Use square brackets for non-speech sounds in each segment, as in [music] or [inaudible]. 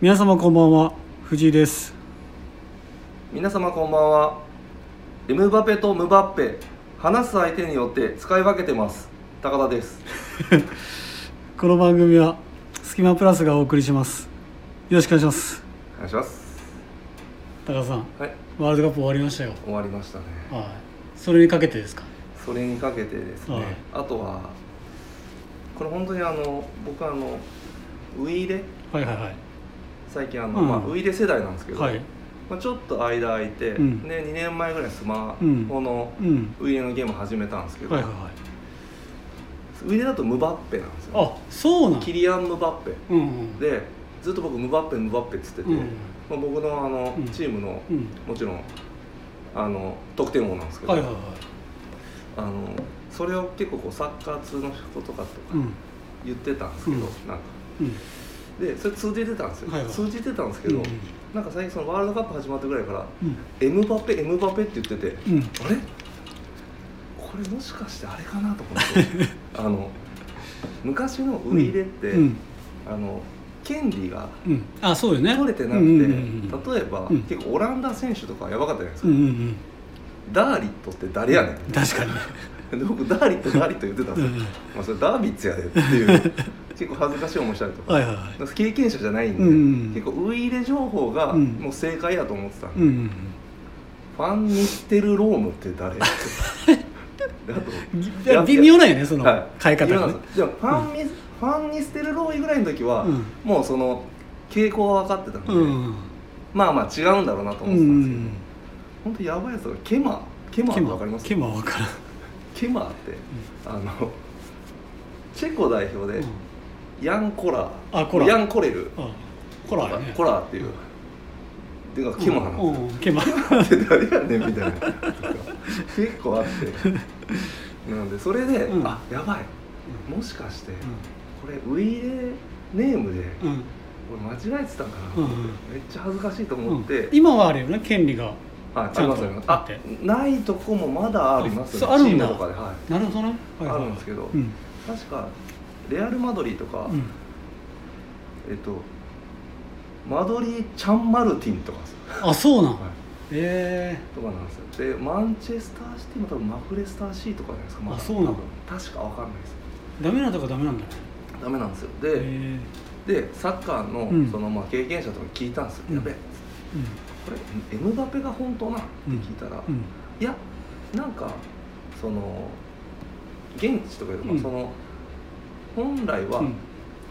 皆様こんばんは藤井です皆様こんばんはエムバペとムバッペ話す相手によって使い分けてます高田ですこの番組はスキマプラスがお送りしますよろしくお願いしますお願いします高田さんはいワールドカップ終わりましたよ終わりましたねはいそれにかけてですかそれにかけてですね、はいあとはこれ本当にあの僕あのウイイレはいはいはい最近あの、うんまあ、ウイイレ世代なんですけど、はいまあ、ちょっと間空いて、うんで2年前ぐらいにスマホのうんウイイレのゲーム始めたんですけど、はいはいはいウイイレだとムバッペなんですよ、あそうなんキリアン・ムバッペうんうんでずっと僕ムバッペムバッペっつってて、うんまあ、僕のあの、うんチームのうんもちろんあの得点王なんですけど、はいはいはいあのそれを結構こうサッカー通の人とかとかうん言ってたんですけど、うんなんかうんでそれ通じてたんですよ、はいはい通じてたんですけど、うんなんか最近そのワールドカップ始まってぐらいからうん「エムバペエムバペ」って言っててうんあれこれもしかしてあれかなと思って [laughs] あの昔のウイイレって、うんあの権利がうんあそうよね取れてなくて、うんうんうんうん例えば、うん結構オランダ選手とかやばかったじゃないですうか、んうんダーリットって誰やねん、うん確 [laughs] かにで僕ダーリットダーリット言ってたんですよ、うんまあ、それダービッツやでっていう [laughs] 結構恥ずかしい思いしたりとか,、はいはいはい経験者じゃないんで、うんうん結構ウイイレ情報がうんもう正解やと思ってたんで、うんうんファン・ニステル・ロームって [laughs] 誰であとうんぎだから微妙なんよねそのはい変え方今がのねでもファンミ、ファン・ニステル・ローイぐらいの時は、うんもうその傾向は分かってたんで、うんまあまあ違うんだろうなとう思ってたんですけど、ん本当やばいやつがケマケマって分かりますケマは分からんケマって、あのチェコ代表で、うんヤン・コラあコラヤン・コレルあコラやねコラっていう、っていうかケマなんですようんうんケマって誰やねんみたいなとか結構あってなんでそれで、うんあやばいもしかして、これウイレネームで、うんうん俺間違えてたんかな、うんうんめっちゃ恥ずかしいとう思んって、今はあるよね権利があちゃんとありますあっあてないとこもまだありますあそうあるんだチームとかで、はいなるほどねはいはいあるんですけど、うん確かレアル・マドリーとか、うんえっとマドリー・チャン・マルティンとかですよあそうなんはいええとかなんですよでマンチェスターシティも多分マフレスターシーとかじゃないですか、まだあそうなの多分確かわかんないですダメなとこダメなんだねダメなんですよへで、えでサッカーの,、うんそのまあ経験者とかに聞いたんですよ、うんやべえこれエムバペが本当なって聞いたら、うんうんいやなんかその現地とかよりも、うんその本来は、うん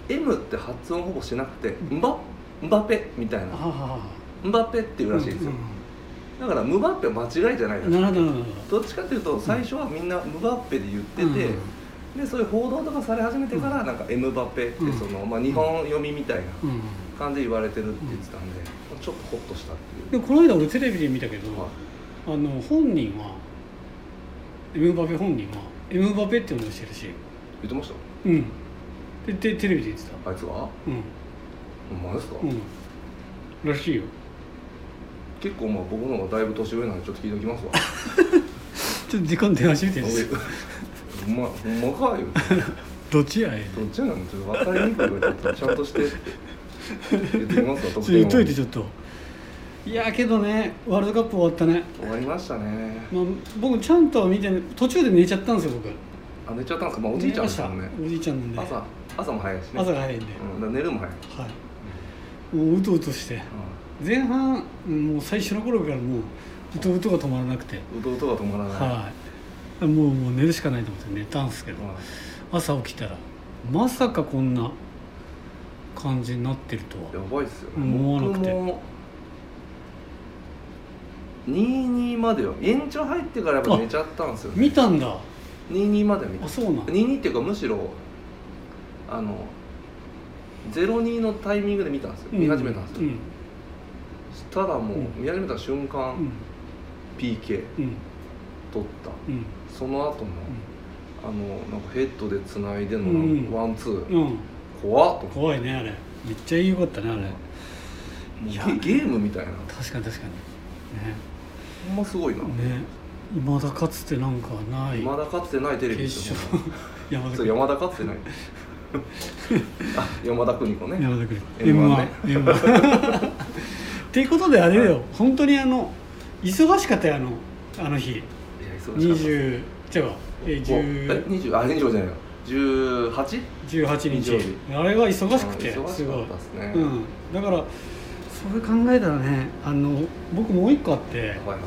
M って発音ほぼしなくて、ムバムバペみたいあなはははムバペっていうらしいんですよ、だからムバッペは間違いじゃないうんでうすんなるほどなるほどっちかというと最初はみんなムバッペで言ってて、どうんでそういう報道とかされ始めてからなんかエムバペってうんその、まあ、日本読みみたいなうん感じで言われてるって言ってたんで、ちょっとホッとしたっでていう、もこの間俺テレビで見たけどはいあの本人はエムバペ本人はエムバペって呼んでしてるし言ってましうんでてテレビで言ってたたあいつはうんほんまですか、うんらしいよ結構まあ僕の方がだいぶ年上なんでちょっと聞いておきますわちょっと時間電話してみていいですか [laughs] おいほんまほんまかよどっちやえどっちなんちょっと分かりにくいからちょっとちゃんとしてって言ってきますわちょっ得と点 [laughs] 言王っといてちょっといやーけどねワールドカップ終わったね、終わりましたねまあ、僕ちゃんとは見て途中で寝ちゃったんですよ僕あ寝ちゃったんですか、まあ、おじいちゃんですもん寝まねしたおじいちゃんなんで朝朝も早いしね朝が早いんで、うん、だから寝るも早い、はいもううとうとして前半うんもう最初の頃からもううとうとが止まらなくて、うん、弟が止まらない、はいもうもう寝るしかないと思って寝たんですけどまあ朝起きたらまさかこんな感じになってるとはやばいっすよ、うん思わなくて僕も22までは延長入ってからやっぱ寝ちゃったんですよ、ね、見たんだ22までは見たあそうなん22っていうかむしろあの02のタイミングで見たんですよ見始めたんですよ、うんしたらもう、うん見始めた瞬間、うん PK うん取ったうんその後の、あのなんかヘッドでつないでのうんなんかワンツー、うんうん怖っと思って怖いねあれめっちゃ良かったねあれもういゲやゲームみたいな確かに確かにほんますごいな、ねねまだかつてなんかないまだかつてないテレビで決すよ勝 [laughs] 山そう田 [laughs] 山田かつてないあ山田邦子ね山田君 M1 ね M1 M1 っていうことであれよ、本当にあの忙しかったよあのあの日いや忙しかっ20違うわえたえ10 20あ25じゃないよ 18? 18日曜日日あれは忙しくてあ忙すしかごっいたですねうんだからそれ考えたらねあの僕もう一個あってはいは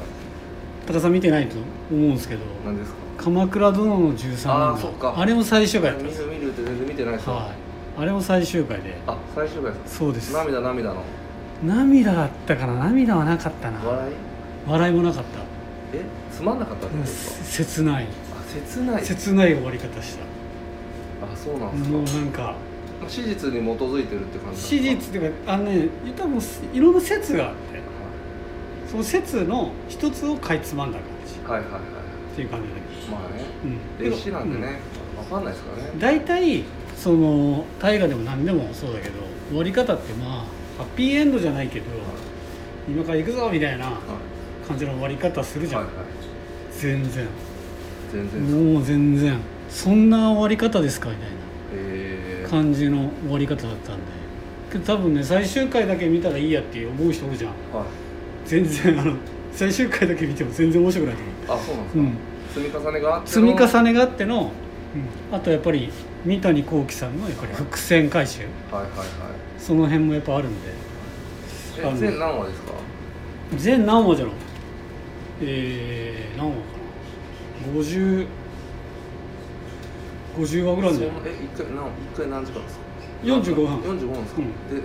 高さん見てないと思うんですけどい何ですか「鎌倉殿の13人あーそっがかあれも最終回やったん見ですよる見るって全然見てないですよはいあれも最終回であ最終回ですそうです涙涙の涙だったから涙はなかったな笑い笑いもなかったえつまんなかったってうこんとですか切ないあ切ない切ない終わり方したあそうなんですかもうなんかまあ史実に基づいてるって感じ史実っていうかあのね多分いろんな説があってその説の一つをかいつまんだ感じはいはいはいはいっていう感じだけまあねど、うん、歴史なんでね、わかんないですからうんね大体その大河でも何でもそうだけど終わり方ってまあハッピーエンドじゃないけど今から行くぞみたいなは感じの終わり方するじいゃはん、いはい全然全然もう全然そんな終わり方ですかみたいなえー感じの終わり方だったんでけど多分ね最終回だけ見たらいいやって思う人おるじゃんはい全然あの最終回だけ見ても全然面白くないと思あそうなんですう、か、うん、積み重ねがあって積みのはい重ねがあっての、うん、あとやっぱり三谷幸喜さんのやっぱり伏線回収はいはいその辺もやっぱあるんであえの全何話ですか全何話じゃろうえー、何話かな5050話ぐらいあるんじゃないそんえ一回何一回何時間ですか45分45分ですか、うんで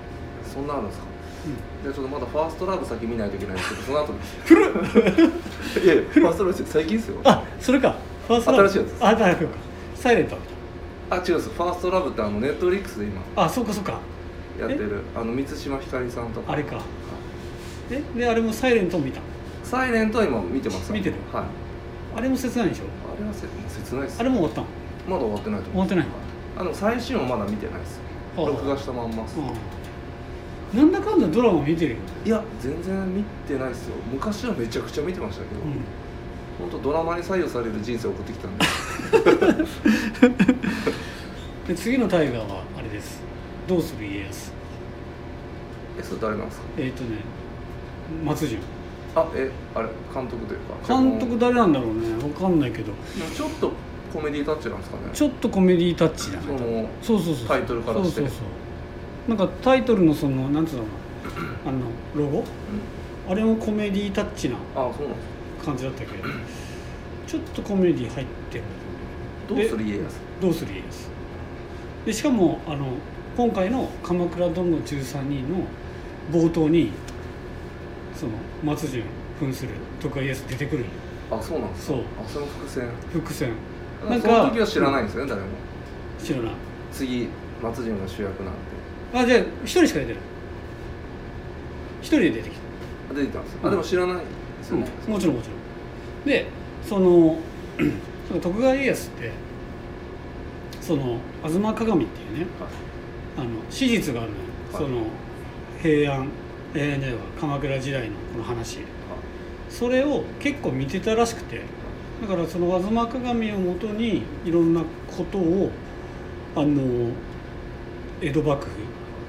そんなあるんですかじゃあちょっとまだファーストラブ先見ないといけないんですけどその後です [laughs] いやいやファーストラブって最近ですよあそれかファーストラブ新しいやつですあ新しいのかサイレントあ違うんですファーストラブってあのネットフリックスで今あそうかそうかやってるあの満島ひかりさんとかあれかえであれもサイレント見たサイレントは今見てます見てるはいあれも切ないでしょあれは切切ないですあれも終わったのまだ終わってないと思う終わってないあの最新話まだ見てないですああ録画したまんまですうんなんだかんだドラマ見てるよ、いや全然見てないですよ昔はめちゃくちゃ見てましたけど、うん、本当ドラマに左右される人生を送ってきた [laughs] んでで次の大河はあれです「どうする家康えそれ誰なんですか」えっ、とね松潤あえあれ監督というか監督脚誰なんだろうね分かんないけど本ちょっとコメディタッチなんですかねちょっとコメディタッチだそねのそうそうそうタイトルからしてそうそうそうなんかタイトルのそのなんつうのかなあのロゴあれもコメディタッチなあそうなんですか感じだったけどちょっとコメディ入ってるんだけどどうする家康どうする家康でしかもあの今回の「鎌倉殿の13人」の冒頭にその松潤扮する徳川家康出てくるのよあそうなんですかそうあその伏線伏線ななんんかかその時は知らないんですよね、誰も知らない次松潤が主役なんてあじゃあ一人しか出てない一人で出てきたあ出てきたんですよ、うあんでも知らないですよね、うんもちろんもちろんでその [clears throat] その徳川家康ってその吾妻鏡っていうねはいあの史実があるのよ、はいその平安平安では鎌倉時代のこの話それを結構見てたらしくてだからその吾妻鏡をもとにいろんなことをあの江戸幕府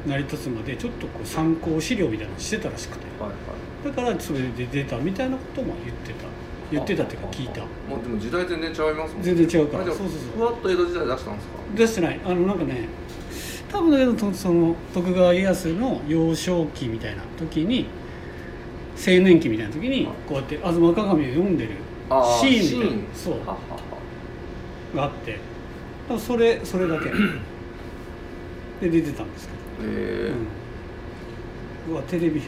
成り立つまでちょっとこう参考資料みたいなのしてたらしくてはいはいだからそれで出たみたいなことも言ってた言ってたっていうか聞いたまあでも時代全然違いますもん全然違うからあじゃあそうそうそうふわっと江戸時代出したんですか出してないあのなんかね多分だけどとその徳川家康の幼少期みたいな時に青年期みたいな時にはいこうやって「吾妻鏡」を読んでるあシーンみシたいなーンそうはははがあって多分それそれだ [clears throat] けで出てたんですけど、えうん、うわテレビ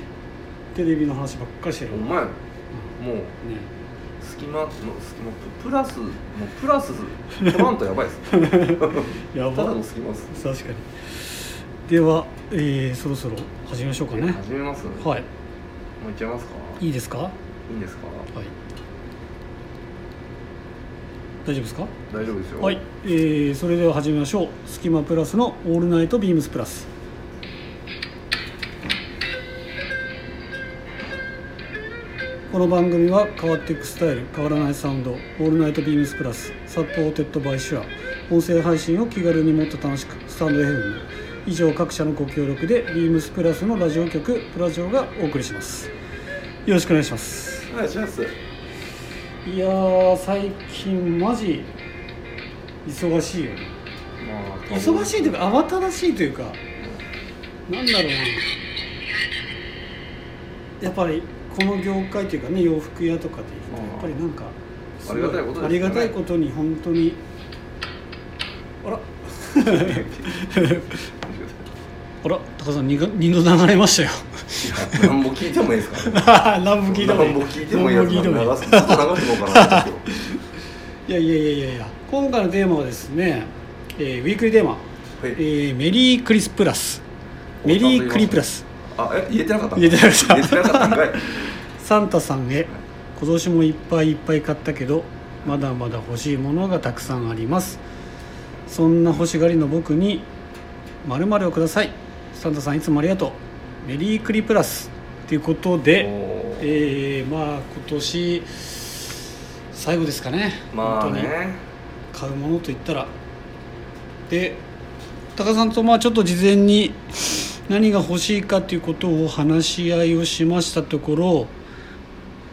テレビの話ばっかりしてえるおわ前もうね隙間の隙間ププラスもうプラス取らんとやばいです [laughs] やただばの隙間です確かにでは、えーそろそろ始めましょうかね始めますもうはいいっちゃいますかいいいですかはいいんですか大丈夫ですか大丈夫ですよはい、えーそれでは始めましょう「スキマプラス」の「オールナイトビームスプラス」この番組は変わっていくスタイル変わらないサウンド「オールナイトビームスプラス」サポーテッドバイシュア音声配信を気軽にもっと楽しくスタンド FM 以上各社のご協力でビームスプラスのラジオ局プラジオがお送りしますよろしくお願いしますお願いしますいやー最近マジ忙しいよね忙しいというか慌ただしいというかなんだろうなやっぱりこの業界というかね洋服屋とかで言うとやっぱりなんかありがたいことですよねありがたいことに本当にあらあら高田さん二度二度流れま [laughs] したよ [laughs] 何も聞いてもいいですか何も聞いても何いいも聞いてもいいやつ何も聞いてもいい流すちょっと流してもらおうかなと思うんですいやいやいやいやいや今回のテーマはですね、えーウィークリーテーマ、けどえはいーメリークリスプラスメリークリプラスあえ言えてなかった言えてなかった言えてなかったんかいサンタさんへ今年もいっぱいいっぱい買ったけどまだまだ欲しいものがたくさんありますそんな欲しがりの僕に「まるをください」「サンタさんいつもありがとう」「メリークリプラス」ということで、おーえーまあ今年最後ですかね、まあ本当にね買うものといったらで高田さんとまあちょっと事前に何が欲しいかということを話し合いをしましたところ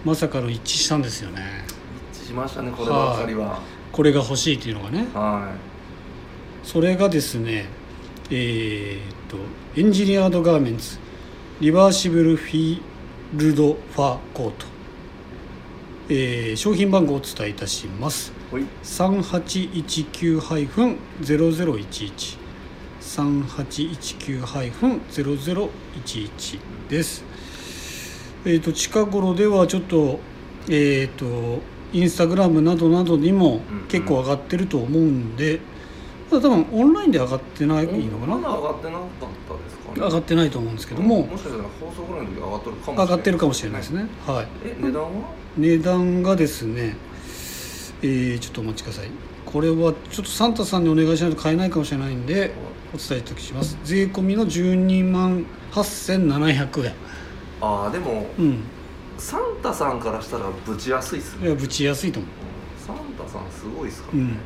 まさかの一致したんですよね一致しましたねこればっかりはこれが欲しいというのがねはそれがですねえーっとエンジニアードガーメンツリバーシブルフィールドファーコート、えー商品番号をお伝えいたしますいほい3819-0011 3819-0011です。えー、と近頃ではちょっと,、えー、とインスタグラムなどなどにもうんうん結構上がってると思うんで、ただ多分オンラインで上がってないのかな、まだ上がってなかったですかね上がってないと思うんですけども、もしかしたら放送ぐらいの時上がっとるかもしれな上いがってるかもしれないですね。はいえ値段は値段がですね、えーちょっとお待ちくださいこれはちょっとサンタさんにお願いしないと買えないかもしれないんでお伝えいたします税込みの12万8700円ああでもうんサンタさんからしたらぶちやすいっすいねやぶち安いと思サンタさんすごいっすかううらん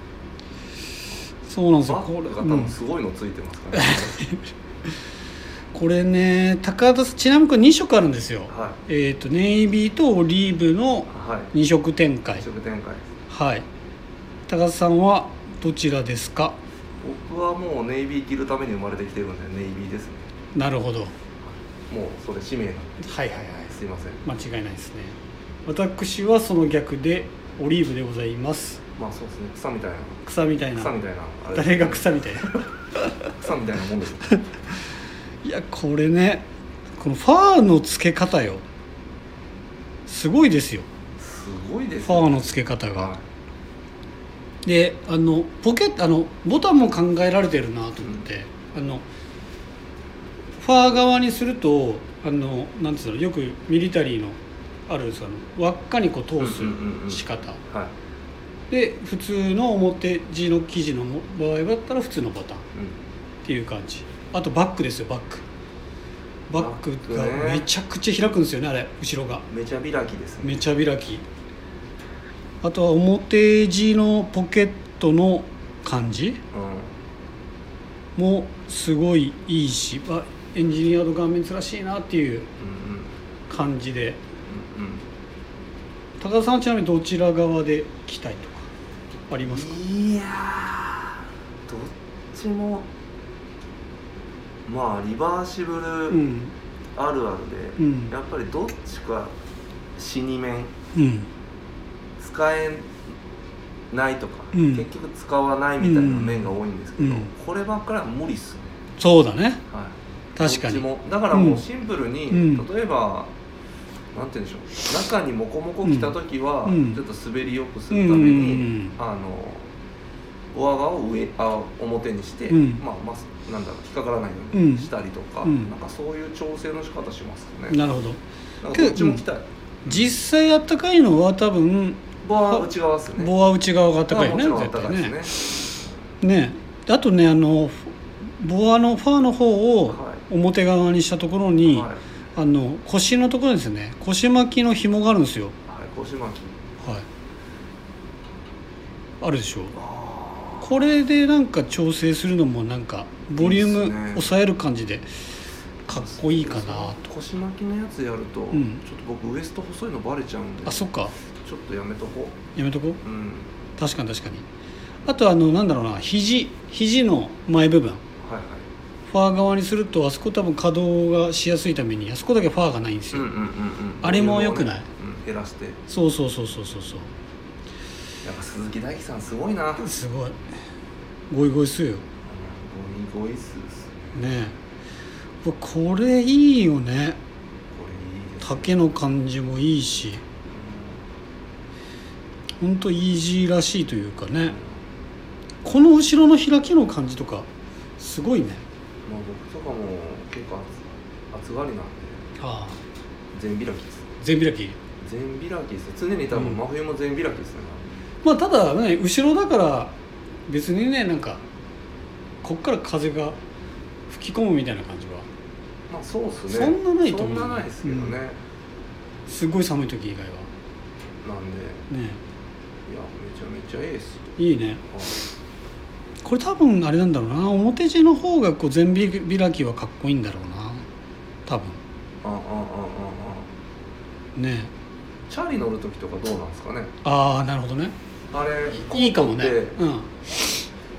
そうなんですよバこッれ,グがう多ん、分すごいのついてますから [laughs] ねこれね高田さんちなみにこれ2色あるんですよはえっ、とネイビーとオリーブのいはい2色展開飲食展開はい高田さんはどちらですか僕はもうネイビー着るために生まれてきてるんでネイビーですねなるほどはいもうそれ使命なんではいはいすいません間違いないですね私はその逆でオリーブでございますまあそうですね草みたいな草みたいな草みたいなあれ誰が草みたいな [laughs] 草みたいなもんですよいやこれねこのファーの付け方よすごいですよすごいですファーの付け方が、はであのポケあのボタンも考えられてるなと思って、あのファー側にするとあのなんていうのよくミリタリーのあるその輪っかにこう通すうんうんうんうん仕方、いはいで普通の表地の生地の場合だったら普通のボタンっうていう感じあとバックですよバックバックがバックねめちゃくちゃ開くんですよねあれ後ろがんめちゃ開きですねめちゃ開きあとは表地のポケットの感じうもすごいいいしあエンジニアードガーメンツらしいなっていうんうんうん感じでうん高田さんはちなみにどちら側で着たいとかありますかいやーどっちもまあリバーシブルうんあるあるうで、んやっぱりどっちか死に面うん使えないとか、うん結局使わないみたいな面が多いんですけど、うんうんこればっかりは無理っすね、そうだねはい、確かにどっちもだからもうんうシンプルに、うん例えばなんて言うんでしょう中にモコモコ着た時は、うんちょっと滑りよくすうんるうたんめに、うんあの上側を上あ表にして、うんまあまあなんだろう引っかからないようにしたりとか、うんなんかそういう調整の仕方しますよね。なるほどなんかどっちも着たい。実際あったかいのは多分ボアは内側ですよね。棒は内側があったかいよねまあもちろ絶ん暖対かいねですねあとねあのボアのファーの方をは表側にしたところね。に、はい。はい。あの腰のところですね腰巻きの紐があるんですよ腰巻き。はいあるでしょあこれでなんか調整するのもなんかボリュいーいっすねム抑える感じでかっこいいかなと腰巻きのやつやると、んちょっと僕ウエスト細いのバレちゃうんであそっかちょっとやめとこやめとこうううん確かに確かにあとあのなんだろうな肘肘の前部分はいはいファー側にするとあそこ多分可動がしやすいためにあそこだけファーがないんですよ、うんうんうんうんあれも良くない、うん、減らしてやそうそうそうそうそうそうっぱ鈴木大樹さんすごいなすごいゴイゴイするよゴイゴイスースねえうわこれいいよねこれいいですね竹の感じもいいしほんとイージーらしいというかねこの後ろの開きの感じとかすごいねまあ僕とかも結構暑暑がりなんでああ全開きです全開き全開きです常に多う分ん真冬も全開きですね、まあただね後ろだから別にねなんかこっから風が吹き込むみたいな感じはまあそうっすねそんなないと思うそんなないですけどね、うんなんですごい寒い時以外はねいやめちゃめちゃええっすいいねよこれ多分あれなんだろうな表地の方がこう全開きはかっこいいんだろうな多分ああああああねあチャリ乗る時とかどうなんですかねああなるほどねあれいいかもねコートって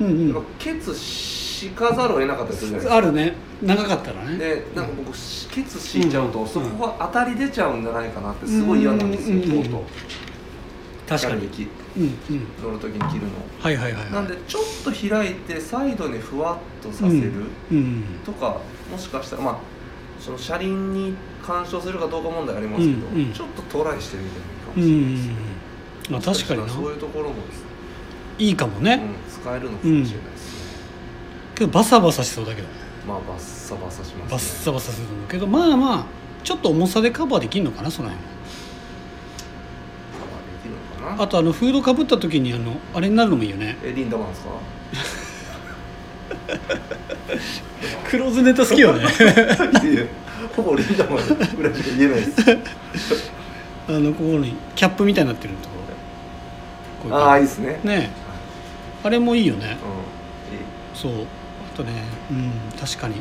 うんうんやうっぱケツしかざるを得なかったりするじゃないですんかあるね長かったらねでなんか僕しケツ敷いちゃうと、うんそこが当たり出ちゃうんじゃないかなってすごい嫌なんですよ、うんとうとう確かにチャうんリうん着乗る時に着るの、はいはいはいはいなんでちょっと開いてサイドにふわっとさせるうんうんとか、もしかしたらまあその車輪に干渉するかどうか問題ありますけど、うんうんちょっとトライしてみてもいいかもうしんうれなんいうんまあ確かになそういうところもですね、いいかもうねん、使えるのかもしれないですね、けどバサバサしそうだけどねまあバッサバサしますねバッサバサするんだけどまあまあちょっと重さでカバーできるのかなその辺カバーできるのかなあとあのフードかぶった時にあのあれになるのもいいよねえリンダマンですかクローズネタ好きよねいやほぼリンダマンぐらいしか言えないです [laughs] あのここにキャップみたいになってるところこういうああいい感ですねじねあれもいいよねうんいいそうあとねうん確かに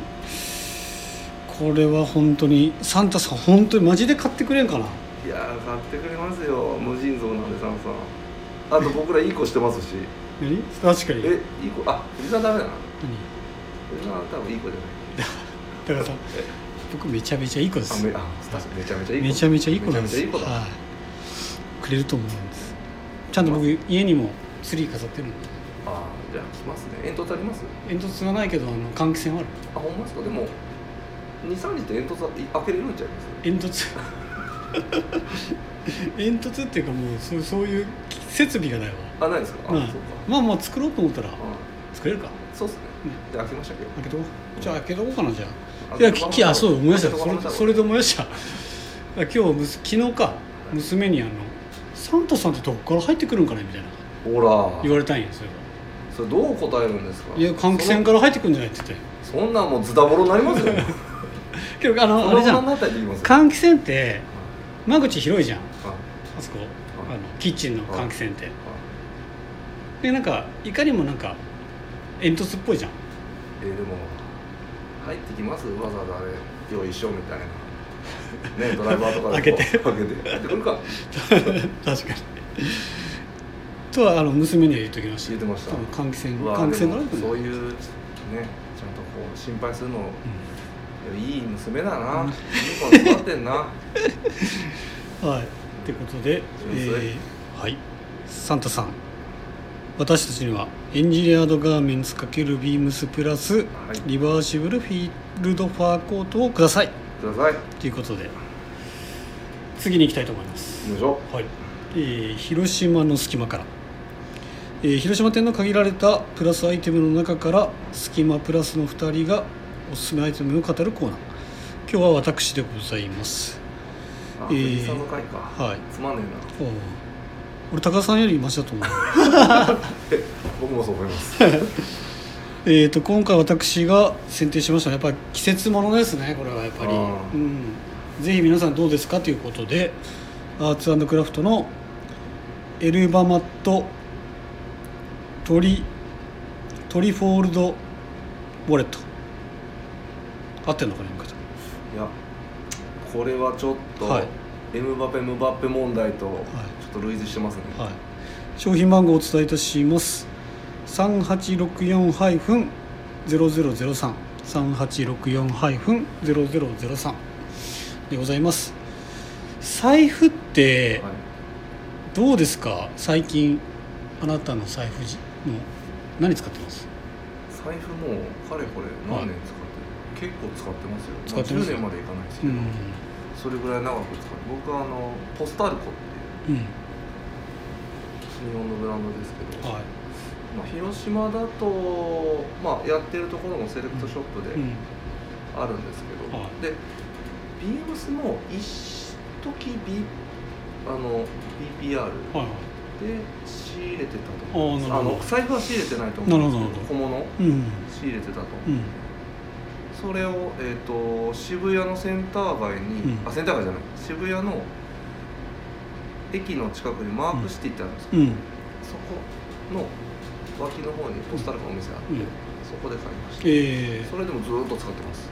これは本当にサンタさん本当にマジで買ってくれんかないやー買ってくれますよ無尽蔵なんでサンさんあと僕らいい子してますし何確かにえいい子あ藤沢ダメだな何藤沢多分いい子じゃないだからさ僕めちゃめちゃいい子ですあめあ確かにめちゃめちゃいい子めちゃめちゃいい子なんですめちゃめちゃいい子だ、はい、くれると思うんですちゃんと僕家にもツリー飾ってるんであーじゃあ来ますね煙突あります煙突がないけどあの換気扇はあるあほんまですかでも23日で煙突あ開けれるんちゃいます煙 [laughs] 突煙突っていうかもうそうそういう設備がないわ、あないですかあ、まあそうか、まあまあ作ろうと思ったらあ作れるかそうっすねじゃあ開けましたけど開けとこうじゃあ開けとこうかなじゃああいやききあそう思い出した開けそとこうれ開けとこうそれで思い出した今日むす昨日か娘にあの「サンタさんってどっから入ってくるんかね?」みたいなほら言われたんやそれがそれどう答えるんですかいや換気扇から入ってくんじゃないって言ってそんそんなんもうズタボロになりますよけどあその [laughs] あのれじゃままんになったりできますよ換気扇ってあ間口広いじゃんああそこあのキッチンの換気扇ってあでなんかいかにもなんか煙突っぽい [laughs] じゃんえーでも入ってきますわざわざあれ用意しようみ [laughs] たいなねドライバーとかでこう開けて入ってくるか確かにとはあの娘には言っときました言ってました多分換気扇うわ換気扇から入でっもてくるそういうねちゃんとこう心配するのいい娘だな、うんいい子に育ってんなうんはいってことで、純粋えーはいサンタさん私たちにはエンジニアードガーメンツ×ビームスプラスリバーシブルフィールドファーコートをくださいくださいということで次に行きたいと思いますよいしょはいえー広島の隙間から、えー広島店の限られたプラスアイテムの中から隙間プラスの2人がおすすめアイテムを語るコーナー今日は私でございますあ、ええーー、さんの会か、はいつまんねおー俺高田さんよりマシだと思う [laughs] えな僕もそう思いますえーと今回私が選定しましたのはやっぱり季節ものですねこれはやっぱり、あーうん、ぜひ皆さんどうですかということでアーツクラフトのエルバマットトリトリフォールドウォレット合ってんのかね向井さんいやこれはちょっと、はいエムバペムバッペ問題とちょっと類似してますね、はい、商品番号をお伝えいたします3864-0003 3864-0003でございます財布ってはいどうですか最近あなたの財布じの何使ってます財布もかれこれ何年使ってる、結構使ってますよ使ってますよ10年までいかないですけうど、んそれぐらい長く使って僕はあのポスタルコっていううん日本のブランドですけど、はまあ、広島だと、まあ、やってるところもセレクトショップい、うんで、あるんですけど、はいでビームスも一時 B あの BPR はいはいで仕入れてたと思うんですあーなるほどの財布は仕入れてないと思うんですけど小物うん仕入れてたと思う、うんそれを、えー、と渋谷のセンター街に、うんあセンター街じゃない渋谷の駅の近くにマークシティってあるんですけうど、んそこの脇の方にポスタルのお店があって、うんそこで買いました、えーそれでもずーっと使ってます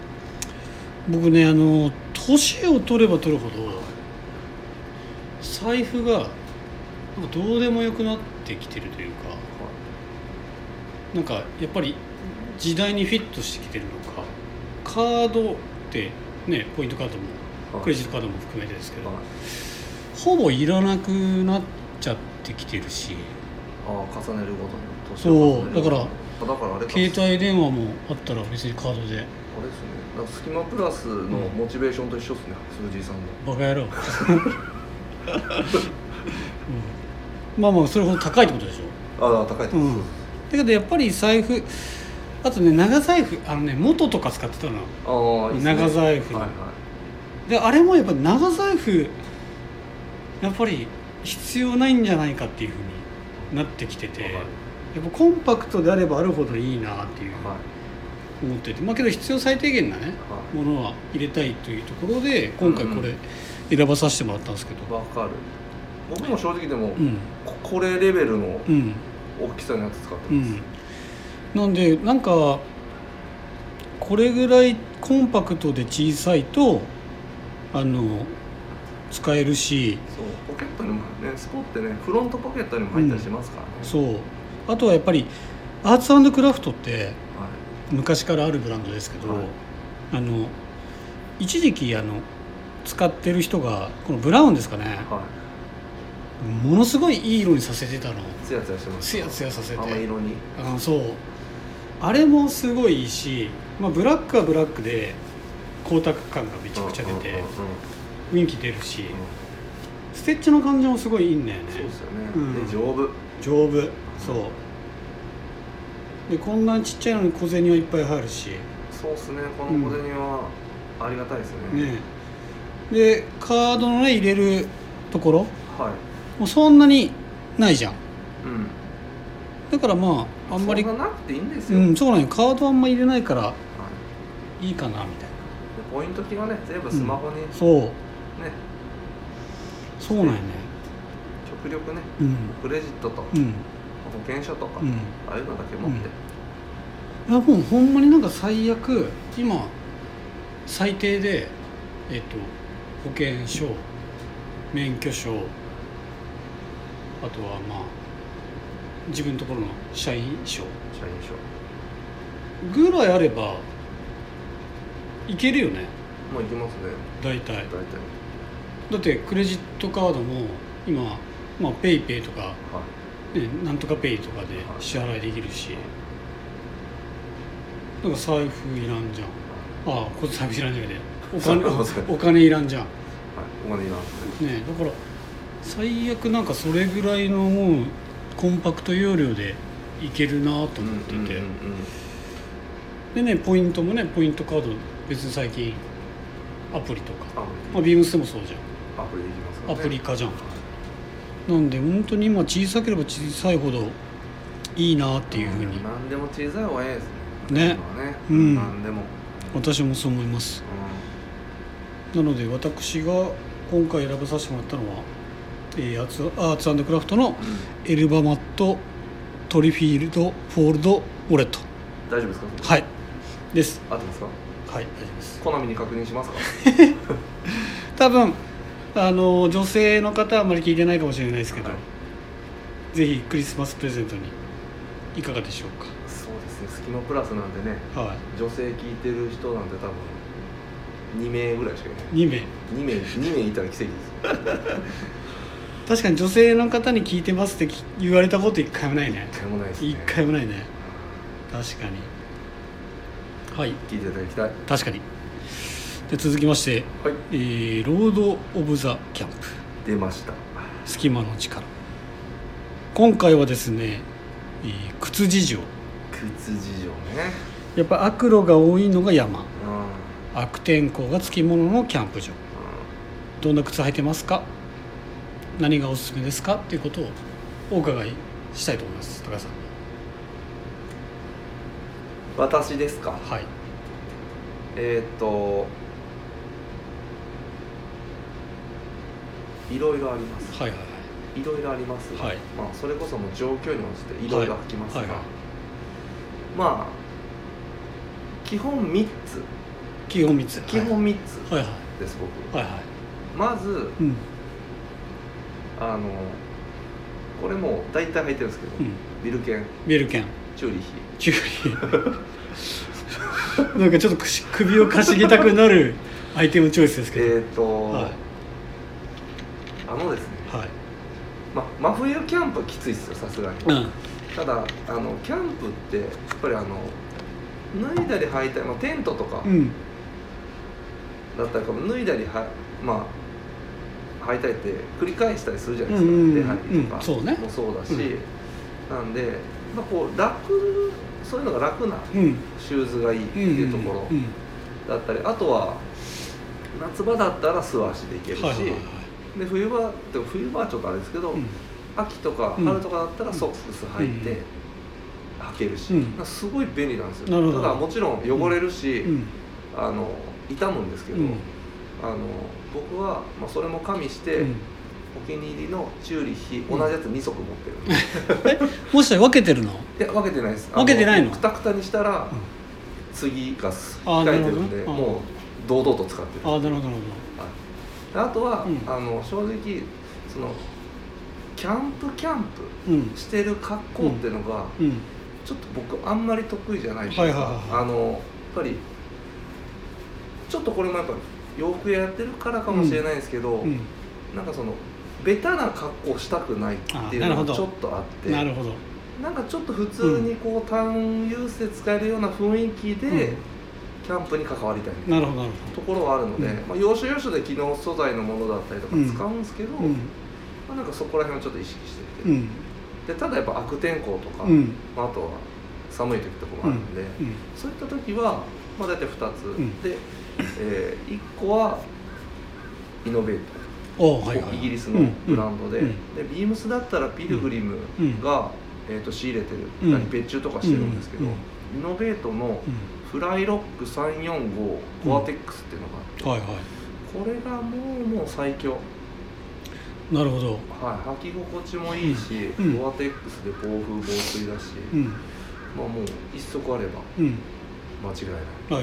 僕ねあの年を取れば取るほど財布がなんかどうでもよくなってきてるというかなんかやっぱり時代にフィットしてきてるのかカードってねポイントカードもはいクレジットカードも含めてですけどはいほぼいらなくなっちゃってきてるしああ重ねるごとに年そうを重ねるごとにだあだからあれか携帯電話もあったら別にカードであれですねだからスキマプラスのモチベーションと一緒ですね、数字さんのバカ野 [laughs] 郎、うん、まあまあそれほど高いってことでしょああ高いです、うん、だけどやっぱり財布あとね長財布あのね元とか使ってたのああいいっすね長財布はいはいであれもやっぱ長財布やっぱり必要ないんじゃないかっていうふうになってきてて、はいやっぱコンパクトであればあるほどいいなっていうはい思っててまあけど必要最低限なねはものは入れたいというところで今回これ選ばさせてもらったんですけどいわかる僕も正直でうも、んここれレベルのうん大きさのやつ使ってうます、ん、なんでなんかこれぐらいコンパクトで小さいとあの使えるしそうポケットにもねスポってねフロントポケットにも入ったりしますからね、そうあとはやっぱりアーツクラフトってはい昔からあるブランドですけど、はいあの一時期あの使ってる人がこのブラウンですかねはものすごいいい色にさせてたのいツヤツヤしてますツヤツヤさせてあの色にあそうあれもすごいいいし、まあ、ブラックはブラックで光沢感がめちゃくちゃ出うんうんてうんうん雰囲気出るしステッチの感じもすごいいいんだよねそうですよね、うんで丈夫丈夫そうでこんなちっちゃいのに小銭はいっぱい入るしそうっすねこの小銭はありがたいですね、ねでカードのね入れるところはいもうそんなにないじゃんうんだからまああんまりそんななくていいんですうよ、はいんでそうなんよカードあんま入れないからいいかなみたいポイント機がね全部スマホにね、なそうそうなんよね極力ねうんクレジットと保うん険証とか、うんああいうのだけ持って、いやもうほんまになんか最悪今最低で、えっと保険証免許証あとはまあ自分のところの社員証社員ぐ証らいあればいけるよねもう行きますね大体大体だってクレジットカードも今、まあ、ペイペイとか、はいね、なんとかペイとかで支払いできるしなんか財布いらんじゃんああこれ財布いらんじゃんけどお金そうそうお金いらんじゃんねはいお金いらんですねえだから最悪なんかそれぐらいのもうコンパクト容量でいけるなと思ってて、うんうんうんうんでねポイントもねポイントカード別に最近アプリとか、アまあ、プリビームスでもそうじアプリできますかゃんらアねプリ化じゃんはなんで本当に今小さければ小さいほどいいなっていうふうに何でも小さい方がいいですねね今はね、うん何でも、うん私もそう思いますなので私が今回選ばさせてもらったのは、えーアーツアーツクラフトのエルバマットトリフィールドフォールドウォレット大丈夫ですかはいです合ってますかはい大丈夫です好みに確認しますか多分あの女性の方はあまり聞いてないかもしれないですけど、はいぜひクリスマスプレゼントにいかがでしょうそうですねスキマプラスなんでねかはい女性聞いてる人なんて多分2名ぐらいしかいない2名2名2名 [laughs] いたら奇跡です確かに女性の方に聞いてますってき言われたこと一回もないね一回もないですね一回もないね確かにはい聞いていただきたいは確かにで続きまして、えいーロード・オブ・ザ・キャンプ出ました隙間の力今回はですね、えー靴事情靴事情ねやっぱ悪路が多いのが山うんうん悪天候がつきもののキャンプ場どんな靴履いてますか何がおすすめですかっていうことをお伺いしたいと思います高橋さんに私ですかはいえーっといろいろありますはいはいいろいろありますが、はいまあ、それこそもう状況に応じていろいろきますが、はいはいまあ基本3つ基本3つ基本3つはいはいです、僕はいはいはいまずうんあのこれもう大体入ってるんですけど、うんビルケンベルケンチューリヒキュウリなんかちょっとくし首をかしげたくなるアイテムチョイスですけど、えーっと、はいあのですね、はいま、真冬キャンプはきついっすよさすがに、うんただあのキャンプってやっぱりあの脱いだり履いたり、まあ、テントとかうんだったりかも脱いだりはまあ履いたりって繰り返したりするじゃないでうんうんうんすか、出入りとかうんそうねもそうだし、うんなんで、まあ、こう楽そういうのが楽なうんシューズがいいってうんいうところうんだったり、あとは夏場だったら素足でいけるし、はいはいはいで冬場でも冬場はちょっとあれですけど、うん秋とかうん春とかだったらソックス履いてうん履けるし、うんだからすごい便利なんですよなるほどただもちろん汚れるし、うんあの傷むんですけど、うんあの僕は、まあ、それも加味して、うんお気に入りのチューリッヒ同じやつ2足持ってる、んでえもしかして分けてるのいや分けてないですあ分けてないのくたくたにしたら、ん次があー控えてるんでなるほどねもう堂々と使ってるああなるほどなるであとは、うんあの正直そのキャンプキャンプほどうんしてる格好っていうのが、うんちょっと僕あんまり得意じゃないというか、はいはいはいはいあのやっぱりちょっとこれもやっぱ洋服屋やってるからかもしれないんですけど、うんなんかそのベタな格好したくないっていうあなるのほがどちょっとあってなるほどなんかちょっと普通にこう単遊施で使えるような雰囲気で、うんキャンプに関わりたいみたないなるほどなるところはあるので、うんまあ、要所要所で機能素材のものだったりとかうん使うんですけど、ほどうんまあ、なんかそこら辺はちょっと意識してて、うんでただやっぱ悪天候とか、うんまあ、あとは寒い時とかもあるんで、うんそういった時は、まあ、大体2つ、んで、えー、1個はイノベートおーはいはいはいイギリスのブランドで,、うんでビームスだったらピルグリムが、えー、と仕入れてる、うん別注とかしてるんですけど、うんうんイノベートのうんフライロック345コアテックスっていうのがあって、うんはいはいこれがもうもう最強、なるほどはい、履き心地もいいし、うんコアテックスで防風防水だし、うんまあもう一足あればうん間違いないはいはい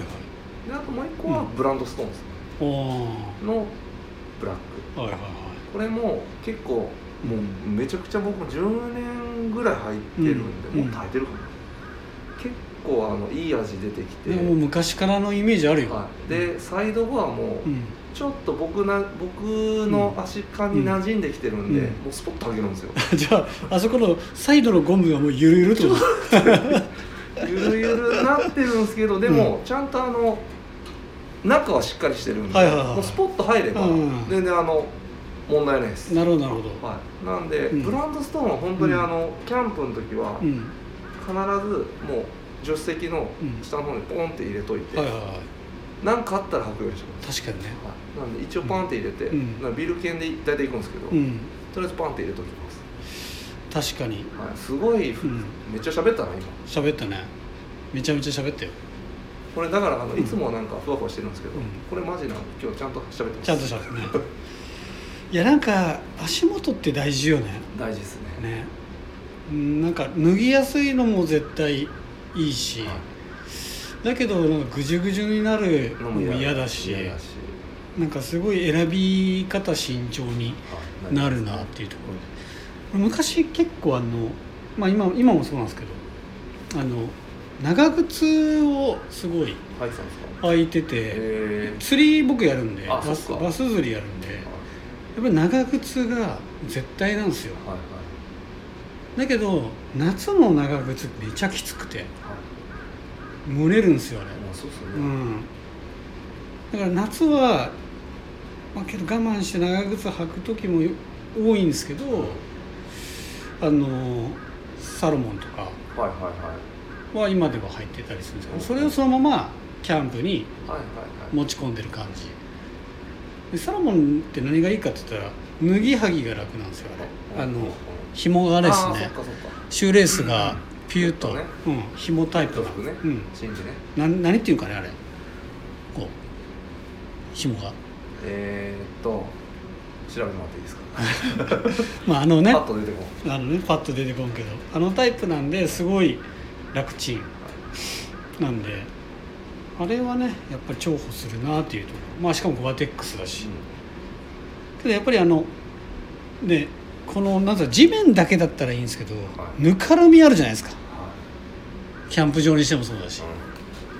であともう一個はうんブランドストーンズおーのブラックはいはいはいこれも結構もうめちゃくちゃ僕も10年ぐらい入ってるんで、うんもう耐えてるかな、結構あのいい味出てきてでも昔からのイメージあるよ、はい、でサイド後はもう、うんちょっと僕な僕の足感に馴染んできてるんで、うんもうスポッと上げるんですよ [laughs] じゃああそこのサイドのゴムがもうゆるゆるってことゆるゆるなってるんですけどでもちゃんとあの中はしっかりしてるんで、はいはいはいもうスポッと入ればうん全然あの問題ないですなるほどなるほど、はい、なんで、うんブランドストーンは本当にうんあの、キャンプの時はうん必ずもう助手席のうん下の方にポンって入れといてはいはいは何、かあったら履くようにしてまい確かにねす、はい、なんで一応パンって入れて、うんなんかビル券で大体行くんですけど、うんとりあえずパンって入れときます、確かにはい、すごい、うんめっちゃ喋ったな今喋ったねめちゃめちゃ喋ったよこれだからあのうんいつもはなんかふわふわしてるんですけど、うんこれマジなの今日ちゃんと喋ってますちゃんと喋ったね [laughs] いやなんか足元って大事よね大事ですねねうんなんか脱ぎやすいのも絶対いいし、はいだけどなんかぐじゅぐじゅになるののもも嫌だしなんかすごい選び方慎重にはいなるなっていうところで昔結構あの、まあ、今今もそうなんですけどあの長靴をすごい入ってたんですか履いててえー釣り僕やるんであバスそっかバス釣りやるんでやっぱり長靴が絶対なんですよはいはだいけど夏の長靴めちゃきつくては蒸れるんですよあれいまあそうっすようねんだから夏は、まあ、けど我慢して長靴履く時も多いんですけどあのサロモンとかはいはいはいは今では入ってたりするんですけどそれをそのままキャンプにはいはい持ち込んでる感じでサロモンって何がいいかって言ったら脱ぎはぎが楽なんですよあれはいあうんうんの紐があれですあーそっねかそっかシューレースがピューと、うんうん、紐タイプな洋服ねうん、信じねな何っていうかねあれこう紐がえーっと調べてもらっていいですかまああのねパッと出てこないあのねパッと出てこんけどあのタイプなんですごい楽ちんなんであれはねやっぱり重宝するなっていうところまあしかもゴアテックスだしけどやっぱりあのねこのなんか地面だけだったらいいんですけど、はいぬかるみあるじゃないですかはキャンプ場にしてもそうだしい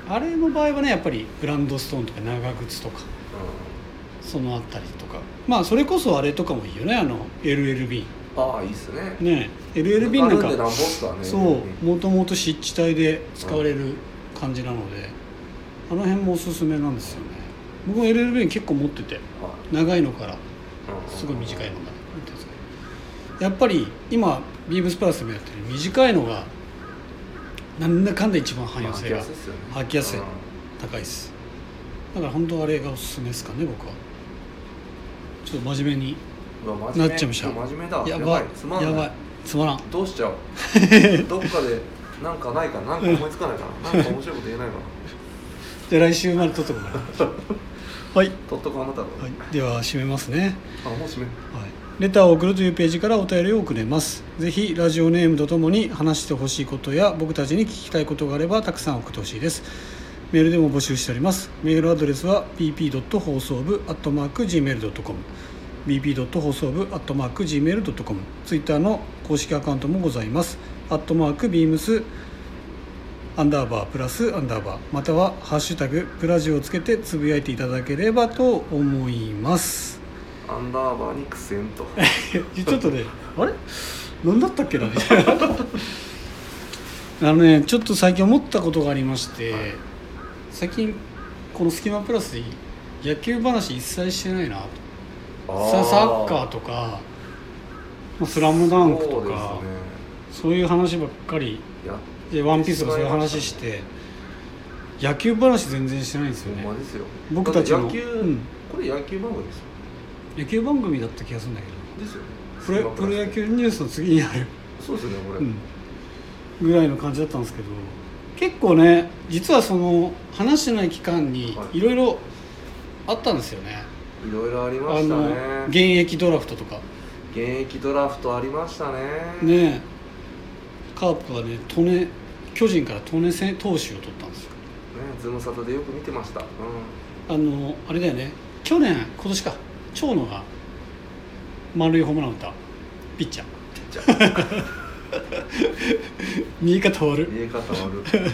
うんあれの場合はねやっぱりグランドストーンとか長靴とかうそのあたりとかまあそれこそあれとかもいいよねあの LLB んああいいっすねね LLB なんあるかでなんぼっすわねそうもともと湿地帯で使われる感じなので、あの辺もおすすめなんですよね僕も LLB 結構持ってては長いのからいすごい短いのがあったんですけどやっぱり今ビームスプラスでもやってる短いのがなんだかんだ一番汎用性が履履きやすい高いですだから本当あれがおすすめですかね僕はちょっと真面目になっちゃいました真面目だやばいつまんなやいばいつまらんどう [laughs] しちゃうどっかでなんかないかななんか思いつかないかななんか面白いこと言えないかなじゃあ来週まで撮っとくから [laughs] はい取っとこうあなたのはい、では締めますね、あもう閉めるはい、レターを送るというページからお便りを送れますぜひラジオネームとともに話してほしいことや僕たちに聞きたいことがあればたくさん送ってほしいですメールでも募集しておりますメールアドレスは bp. 放送部 .gmail.com bp. 放送部 .gmail.com ツイッターの公式アカウントもございますアットマークビームスアンダーバープラスアンダーバーまたは「ハッシュタグプラジオ」をつけてつぶやいていただければと思いますアンダーバーに苦戦と [laughs] ちょっとねあれ何だったっけな [laughs] あのねちょっと最近思ったことがありまして、はい最近この「スキマプラス」で野球話一切してないなとさサッカーとか「まあスラムダンクとかそうですねそういう話ばっかりいやで「ワンピースとかそういう話して野球話全然してないんですよねほんまですよ僕たちのだって野球、うんこれ野球番組ですよ野球番組だった気がするんだけどですよねプロプロ野球ニュースの次にある、そうですよねこれ、うんぐらいの感じだったんですけど結構ね実はその話してない期間にはいいろいろあったんですよね、いろいろありましあたの現ね役ドラフトとか現役ドラフトありましたねねカープはね利根巨人から利根選投手を取ったんですよねズムサタでよく見てましたうあんのあれだよね去年今年か長野が満塁ホームラン打ったピッチャーじゃあ見え方悪い見 [laughs] え方悪い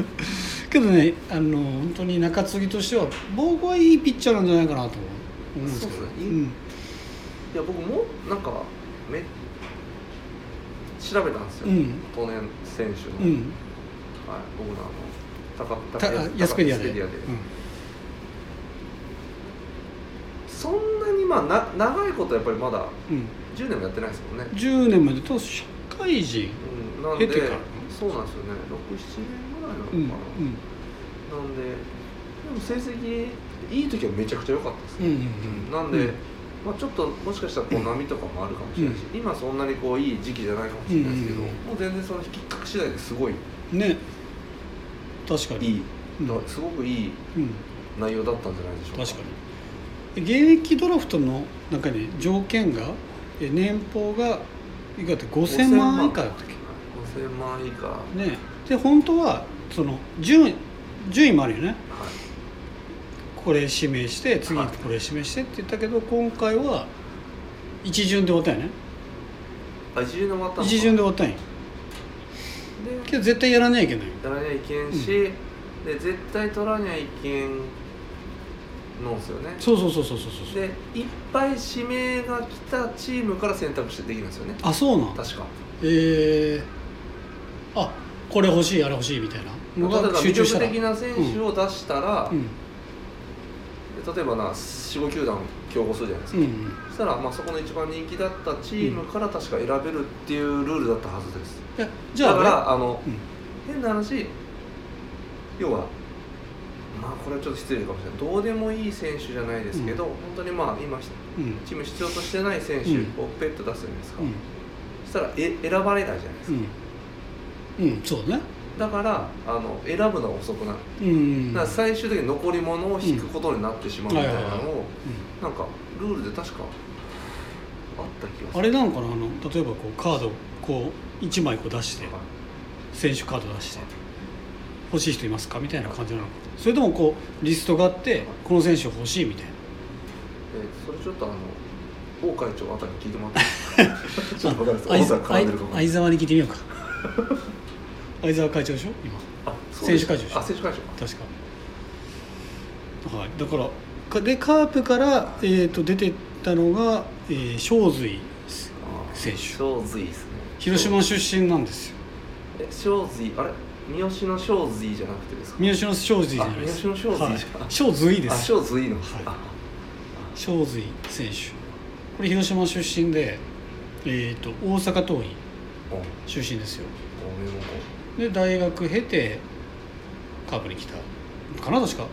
けどねあの本当に中継ぎとしては僕はいいピッチャーなんじゃないかなと思う思うんですけそどうですねいいいや僕もなんかめ調べたんですよ、うん当年選手の、うん、うん、はい、僕のあの高た高安ヤスペリアでヤそんなにまあな長いことやっぱりまだうんうん、 10年もやってないですもんね、 10年までと社会人うん、なんで経てからそうなんですよね67年ぐらいなのかうんな、なんででも成績いい時はめちゃくちゃ良かったですうんうんうね、んなんで、まあ、ちょっともしかしたらこう波とかもあるかもしれないし、今そんなにこういい時期じゃないかもしれないですけど、うんうんもう全然そのきっかけ次第ですごいうんね確かいにい、うんだすごくいいうん、内容だったんじゃないでしょうか確かに現役ドラフトの中に条件がえ年俸がいくらだって5000万以下だったっけ5000万以下ねで本当はその順順位もあるよねはいこれ指名して次はいこれ指名してって言ったけど今回は一巡で終わったよねあ一巡で終わったのか一巡で終わったんよけでど絶対やらなきゃいけないやらにゃいけんし、で絶対取らにゃいけんのっすよねそうそうそうそうそうそうでいっぱい指名が来たチームから選択してできるんですよねあそうなん確かええあこれ欲しいあれ欲しいみたいなの例えばが魅集中し力たら的な選手を出したら、うん例えばな45球団競合するじゃないですうか、んそしたら、まあ、そこの一番人気だったチームから確か選べるっていうルールだったはずです、いやじゃあだからあのあれうん変な話要はまあこれはちょっと失礼かもしれないどうでもいい選手じゃないですけど、本当にまあ今うんチーム必要としてない選手をペット出すじゃないですか、うんそしたらえ選ばれないじゃないですか、うん、うん、そうねだからあの選ぶのは遅くなる、うんだから最終的に残り物を引くことになってしまうみたいなのを、なんかルールで確かあった気がすあるれなのかなあの例えばこうカードをこう1枚こう出して選手カード出して欲しい人いますかみたいな感じなのかそれともこうリストがあってこの選手欲しいみたいなえーそれちょっとあの王会長あたりに聞いてもらって [laughs] いいですかちょっとわかんないです王さん絡んでるかもあい相沢に聞いてみようか [laughs] 相沢会長でしょ今あそうです選手会長でしょあ選手会長か確かはいだからかでカープから、えー、と出てったのが、えー、正髄選手正髄ですね広島出身なんですよえ正髄あれ三好の正髄じゃなくてですか三好の正髄じゃないですあ三好の正髄じゃんはい、正髄であす正髄の、はいあ正髄選手これ広島出身で、えー、と大阪桐蔭おお出身ですよ名門校で大学経てカープに来たかな確か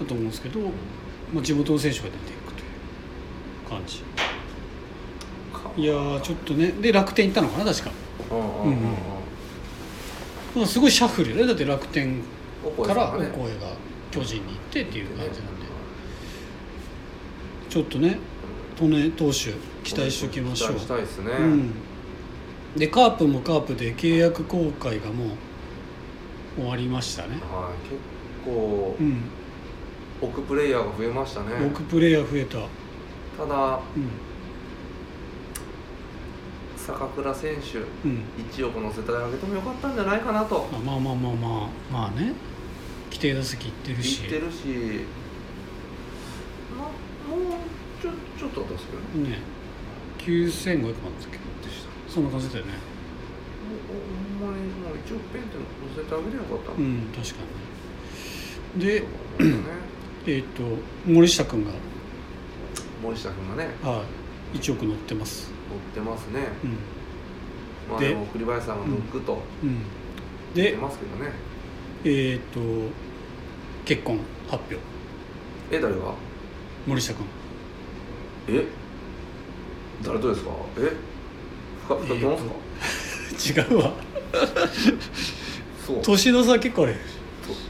だと思うんですけど、まあ、地元の選手が出ていくという感じかいやーちょっとねで楽天行ったのかな確かだうんうんうんうんからすごいシャッフルよねだって楽天お声かさんらがおね声が巨人に行ってっていう感じなんでちょっとね利根投手期待しておきましょ期う待したいですね、うん、でカープもカープで契約更改がもう終わりましたね、はい結構、うん、奥プレイヤーが増えましたね6プレイヤー増えた、ただうん坂倉選手うん、 1億乗せてあげてもよかったんじゃないかなとあまあまあまあまあまあね規定打席行ってるし言ってるし、ま、もうちょちょっとだったんですけどねね9500万だったっけでしたそんな感じだよねおおほんまにもう1億ペンって乗せてあげればよかうったなとん確かにで思いましたねえっ、と森下君森下君がねが、はい、1億乗ってます乗ってますねうんまあででも栗林さんがムックとうん言ってでますけどねえっ、と結婚発表え誰が森下 [laughs] 君え誰とですかえ深深木ですか、違うわそう年の差結構あれ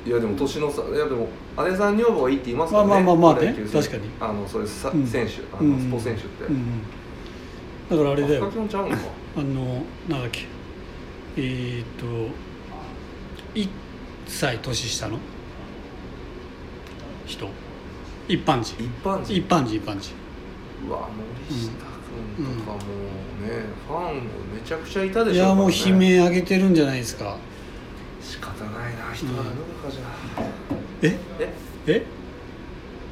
いやでも年の差いやでも姉さん女房がいいって言いますからねまあまあまあまあねプロ野球選手確かにあのそれさ、うん選手あうのんスポーツ選手って、うんうんだからあれだあよ深木もちゃうのかあのなんだっけえー、っと1歳年下の人一般人一般人一般人一般人うわ森下君とかもうね、ファンもめちゃくちゃいたでいしょやもうから悲ね鳴上げてるんじゃないですか仕方ないな人は脱ぐかじゃ、えええ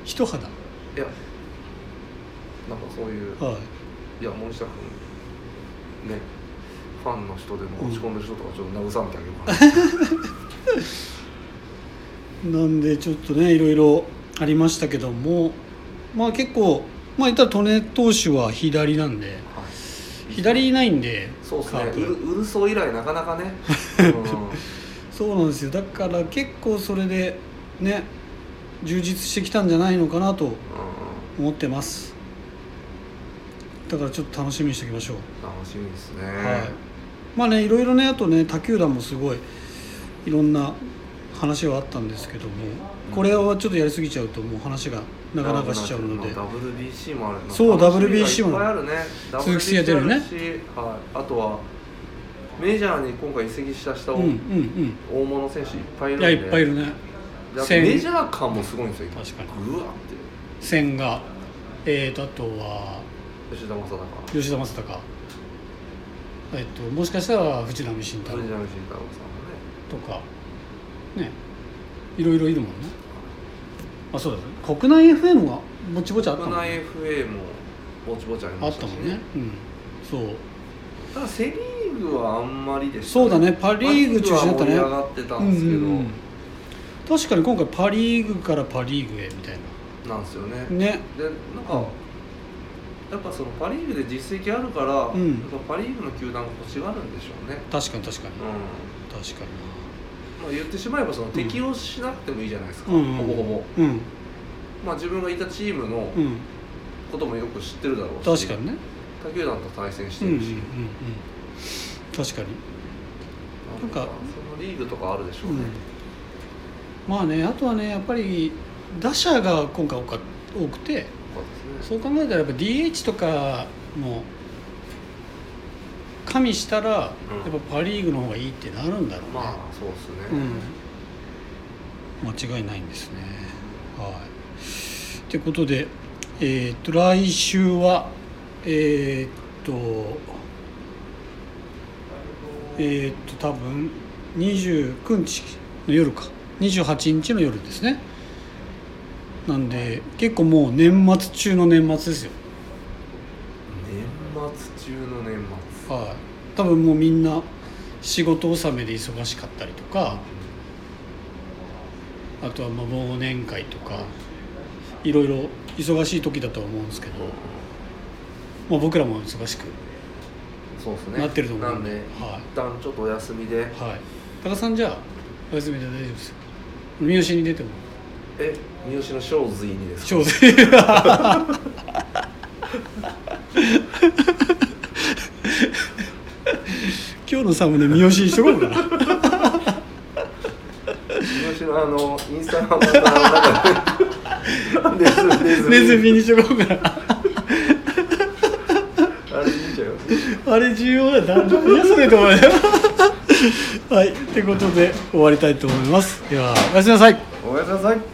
一肌いやなんかそういうはいや森下君ねファンの人でも落ち込んでる人とかちょっと慰めてあげようか [laughs] な、いなんでちょっとねいろいろありましたけどもまあ結構まあ言ったら利根投手は左なんではい左いないんでそうですカーねウプルウルソー以来なかな [laughs] かね、うそうなんですよだから結構それでね充実してきたんじゃないのかなとんうん思ってますだからちょっと楽しみにしておきましょう、楽しみですね、はいまあねいろいろねあとね他球団もすごいいろんな話はあったんですけどもこれはちょっとやりすぎちゃうともう話がなかなかしちゃうのでまあ WBC もあるそう楽しみが WBC もいっぱいあるね鈴木誠也出るね WBC あるしはい、あとはメジャーに今回移籍した下うをんうん大物選手いっぱいういんいやるいんで、っぱいいるねであと千メジャー感もすごいんですよ今確かにうわって千賀えーとあとは吉田正尚吉田正尚えっともしかしたら藤浪晋太郎藤浪慎太郎さんもねとかねいろいろいるもんねあそうだね国内 FM がぼちぼちあったも国んね内 FA もぼちぼちありあまっしたたしもんねうんそうただセ・リーグはあんまりでしたそうだねパ・リーグ中心だったねパリーグは盛り上がってたんですけど、うんうんうん確かに今回パ・リーグからパ・リーグへみたいなんですよねなねでなんかやっぱそのパ・リーグで実績あるから、んやっぱパ・リーグの球団が欲しがるんでしょうね、確かに確かにうん確かにまあ、言ってしまえばその適用しなくてもいいじゃないですか、うんほぼほぼ、なうんまあ、自分がいたチームのうんこともよく知ってるだろうし確かにね他球団と対戦しうてんうんうるんうし、ん確かになんかなんかそのリーグとかあるでしょううね、んまあねあとはねやっぱり打者が今回多か多くてとかですねそう考えたらやっぱ DH とかも加味したらやっぱパ・リーグの方がいいってなるんだろうね、まあそうですね、うん、間違いないんですね。はい。ということで、えーっと来週はえーっとえーっと多分29日の夜か28日の夜ですね。なんで結構もう年末中の年末ですよ。年末中の年末はい。多分もうみんな仕事納めで忙しかったりとか。あとはまあ忘年会とかいろいろ忙しい時だとは思うんですけど、まあ、僕らも忙しくそうですねなってると思うなんんでで、はい一旦ちょっとお休みではい高田さんじゃあお休みで大丈夫ですよ三好に出てもえ三好の正髄にですか正直今日のサムネ三好にしとこうかな三好のあのインスタのアカウントの中でネズミネズミネズミにしとこうかなあれ見ちゃうよあれ重要だな。何やそれと思うよ。はい、ということで終わりたいと思います。では、おやすみなさい。おやすみなさい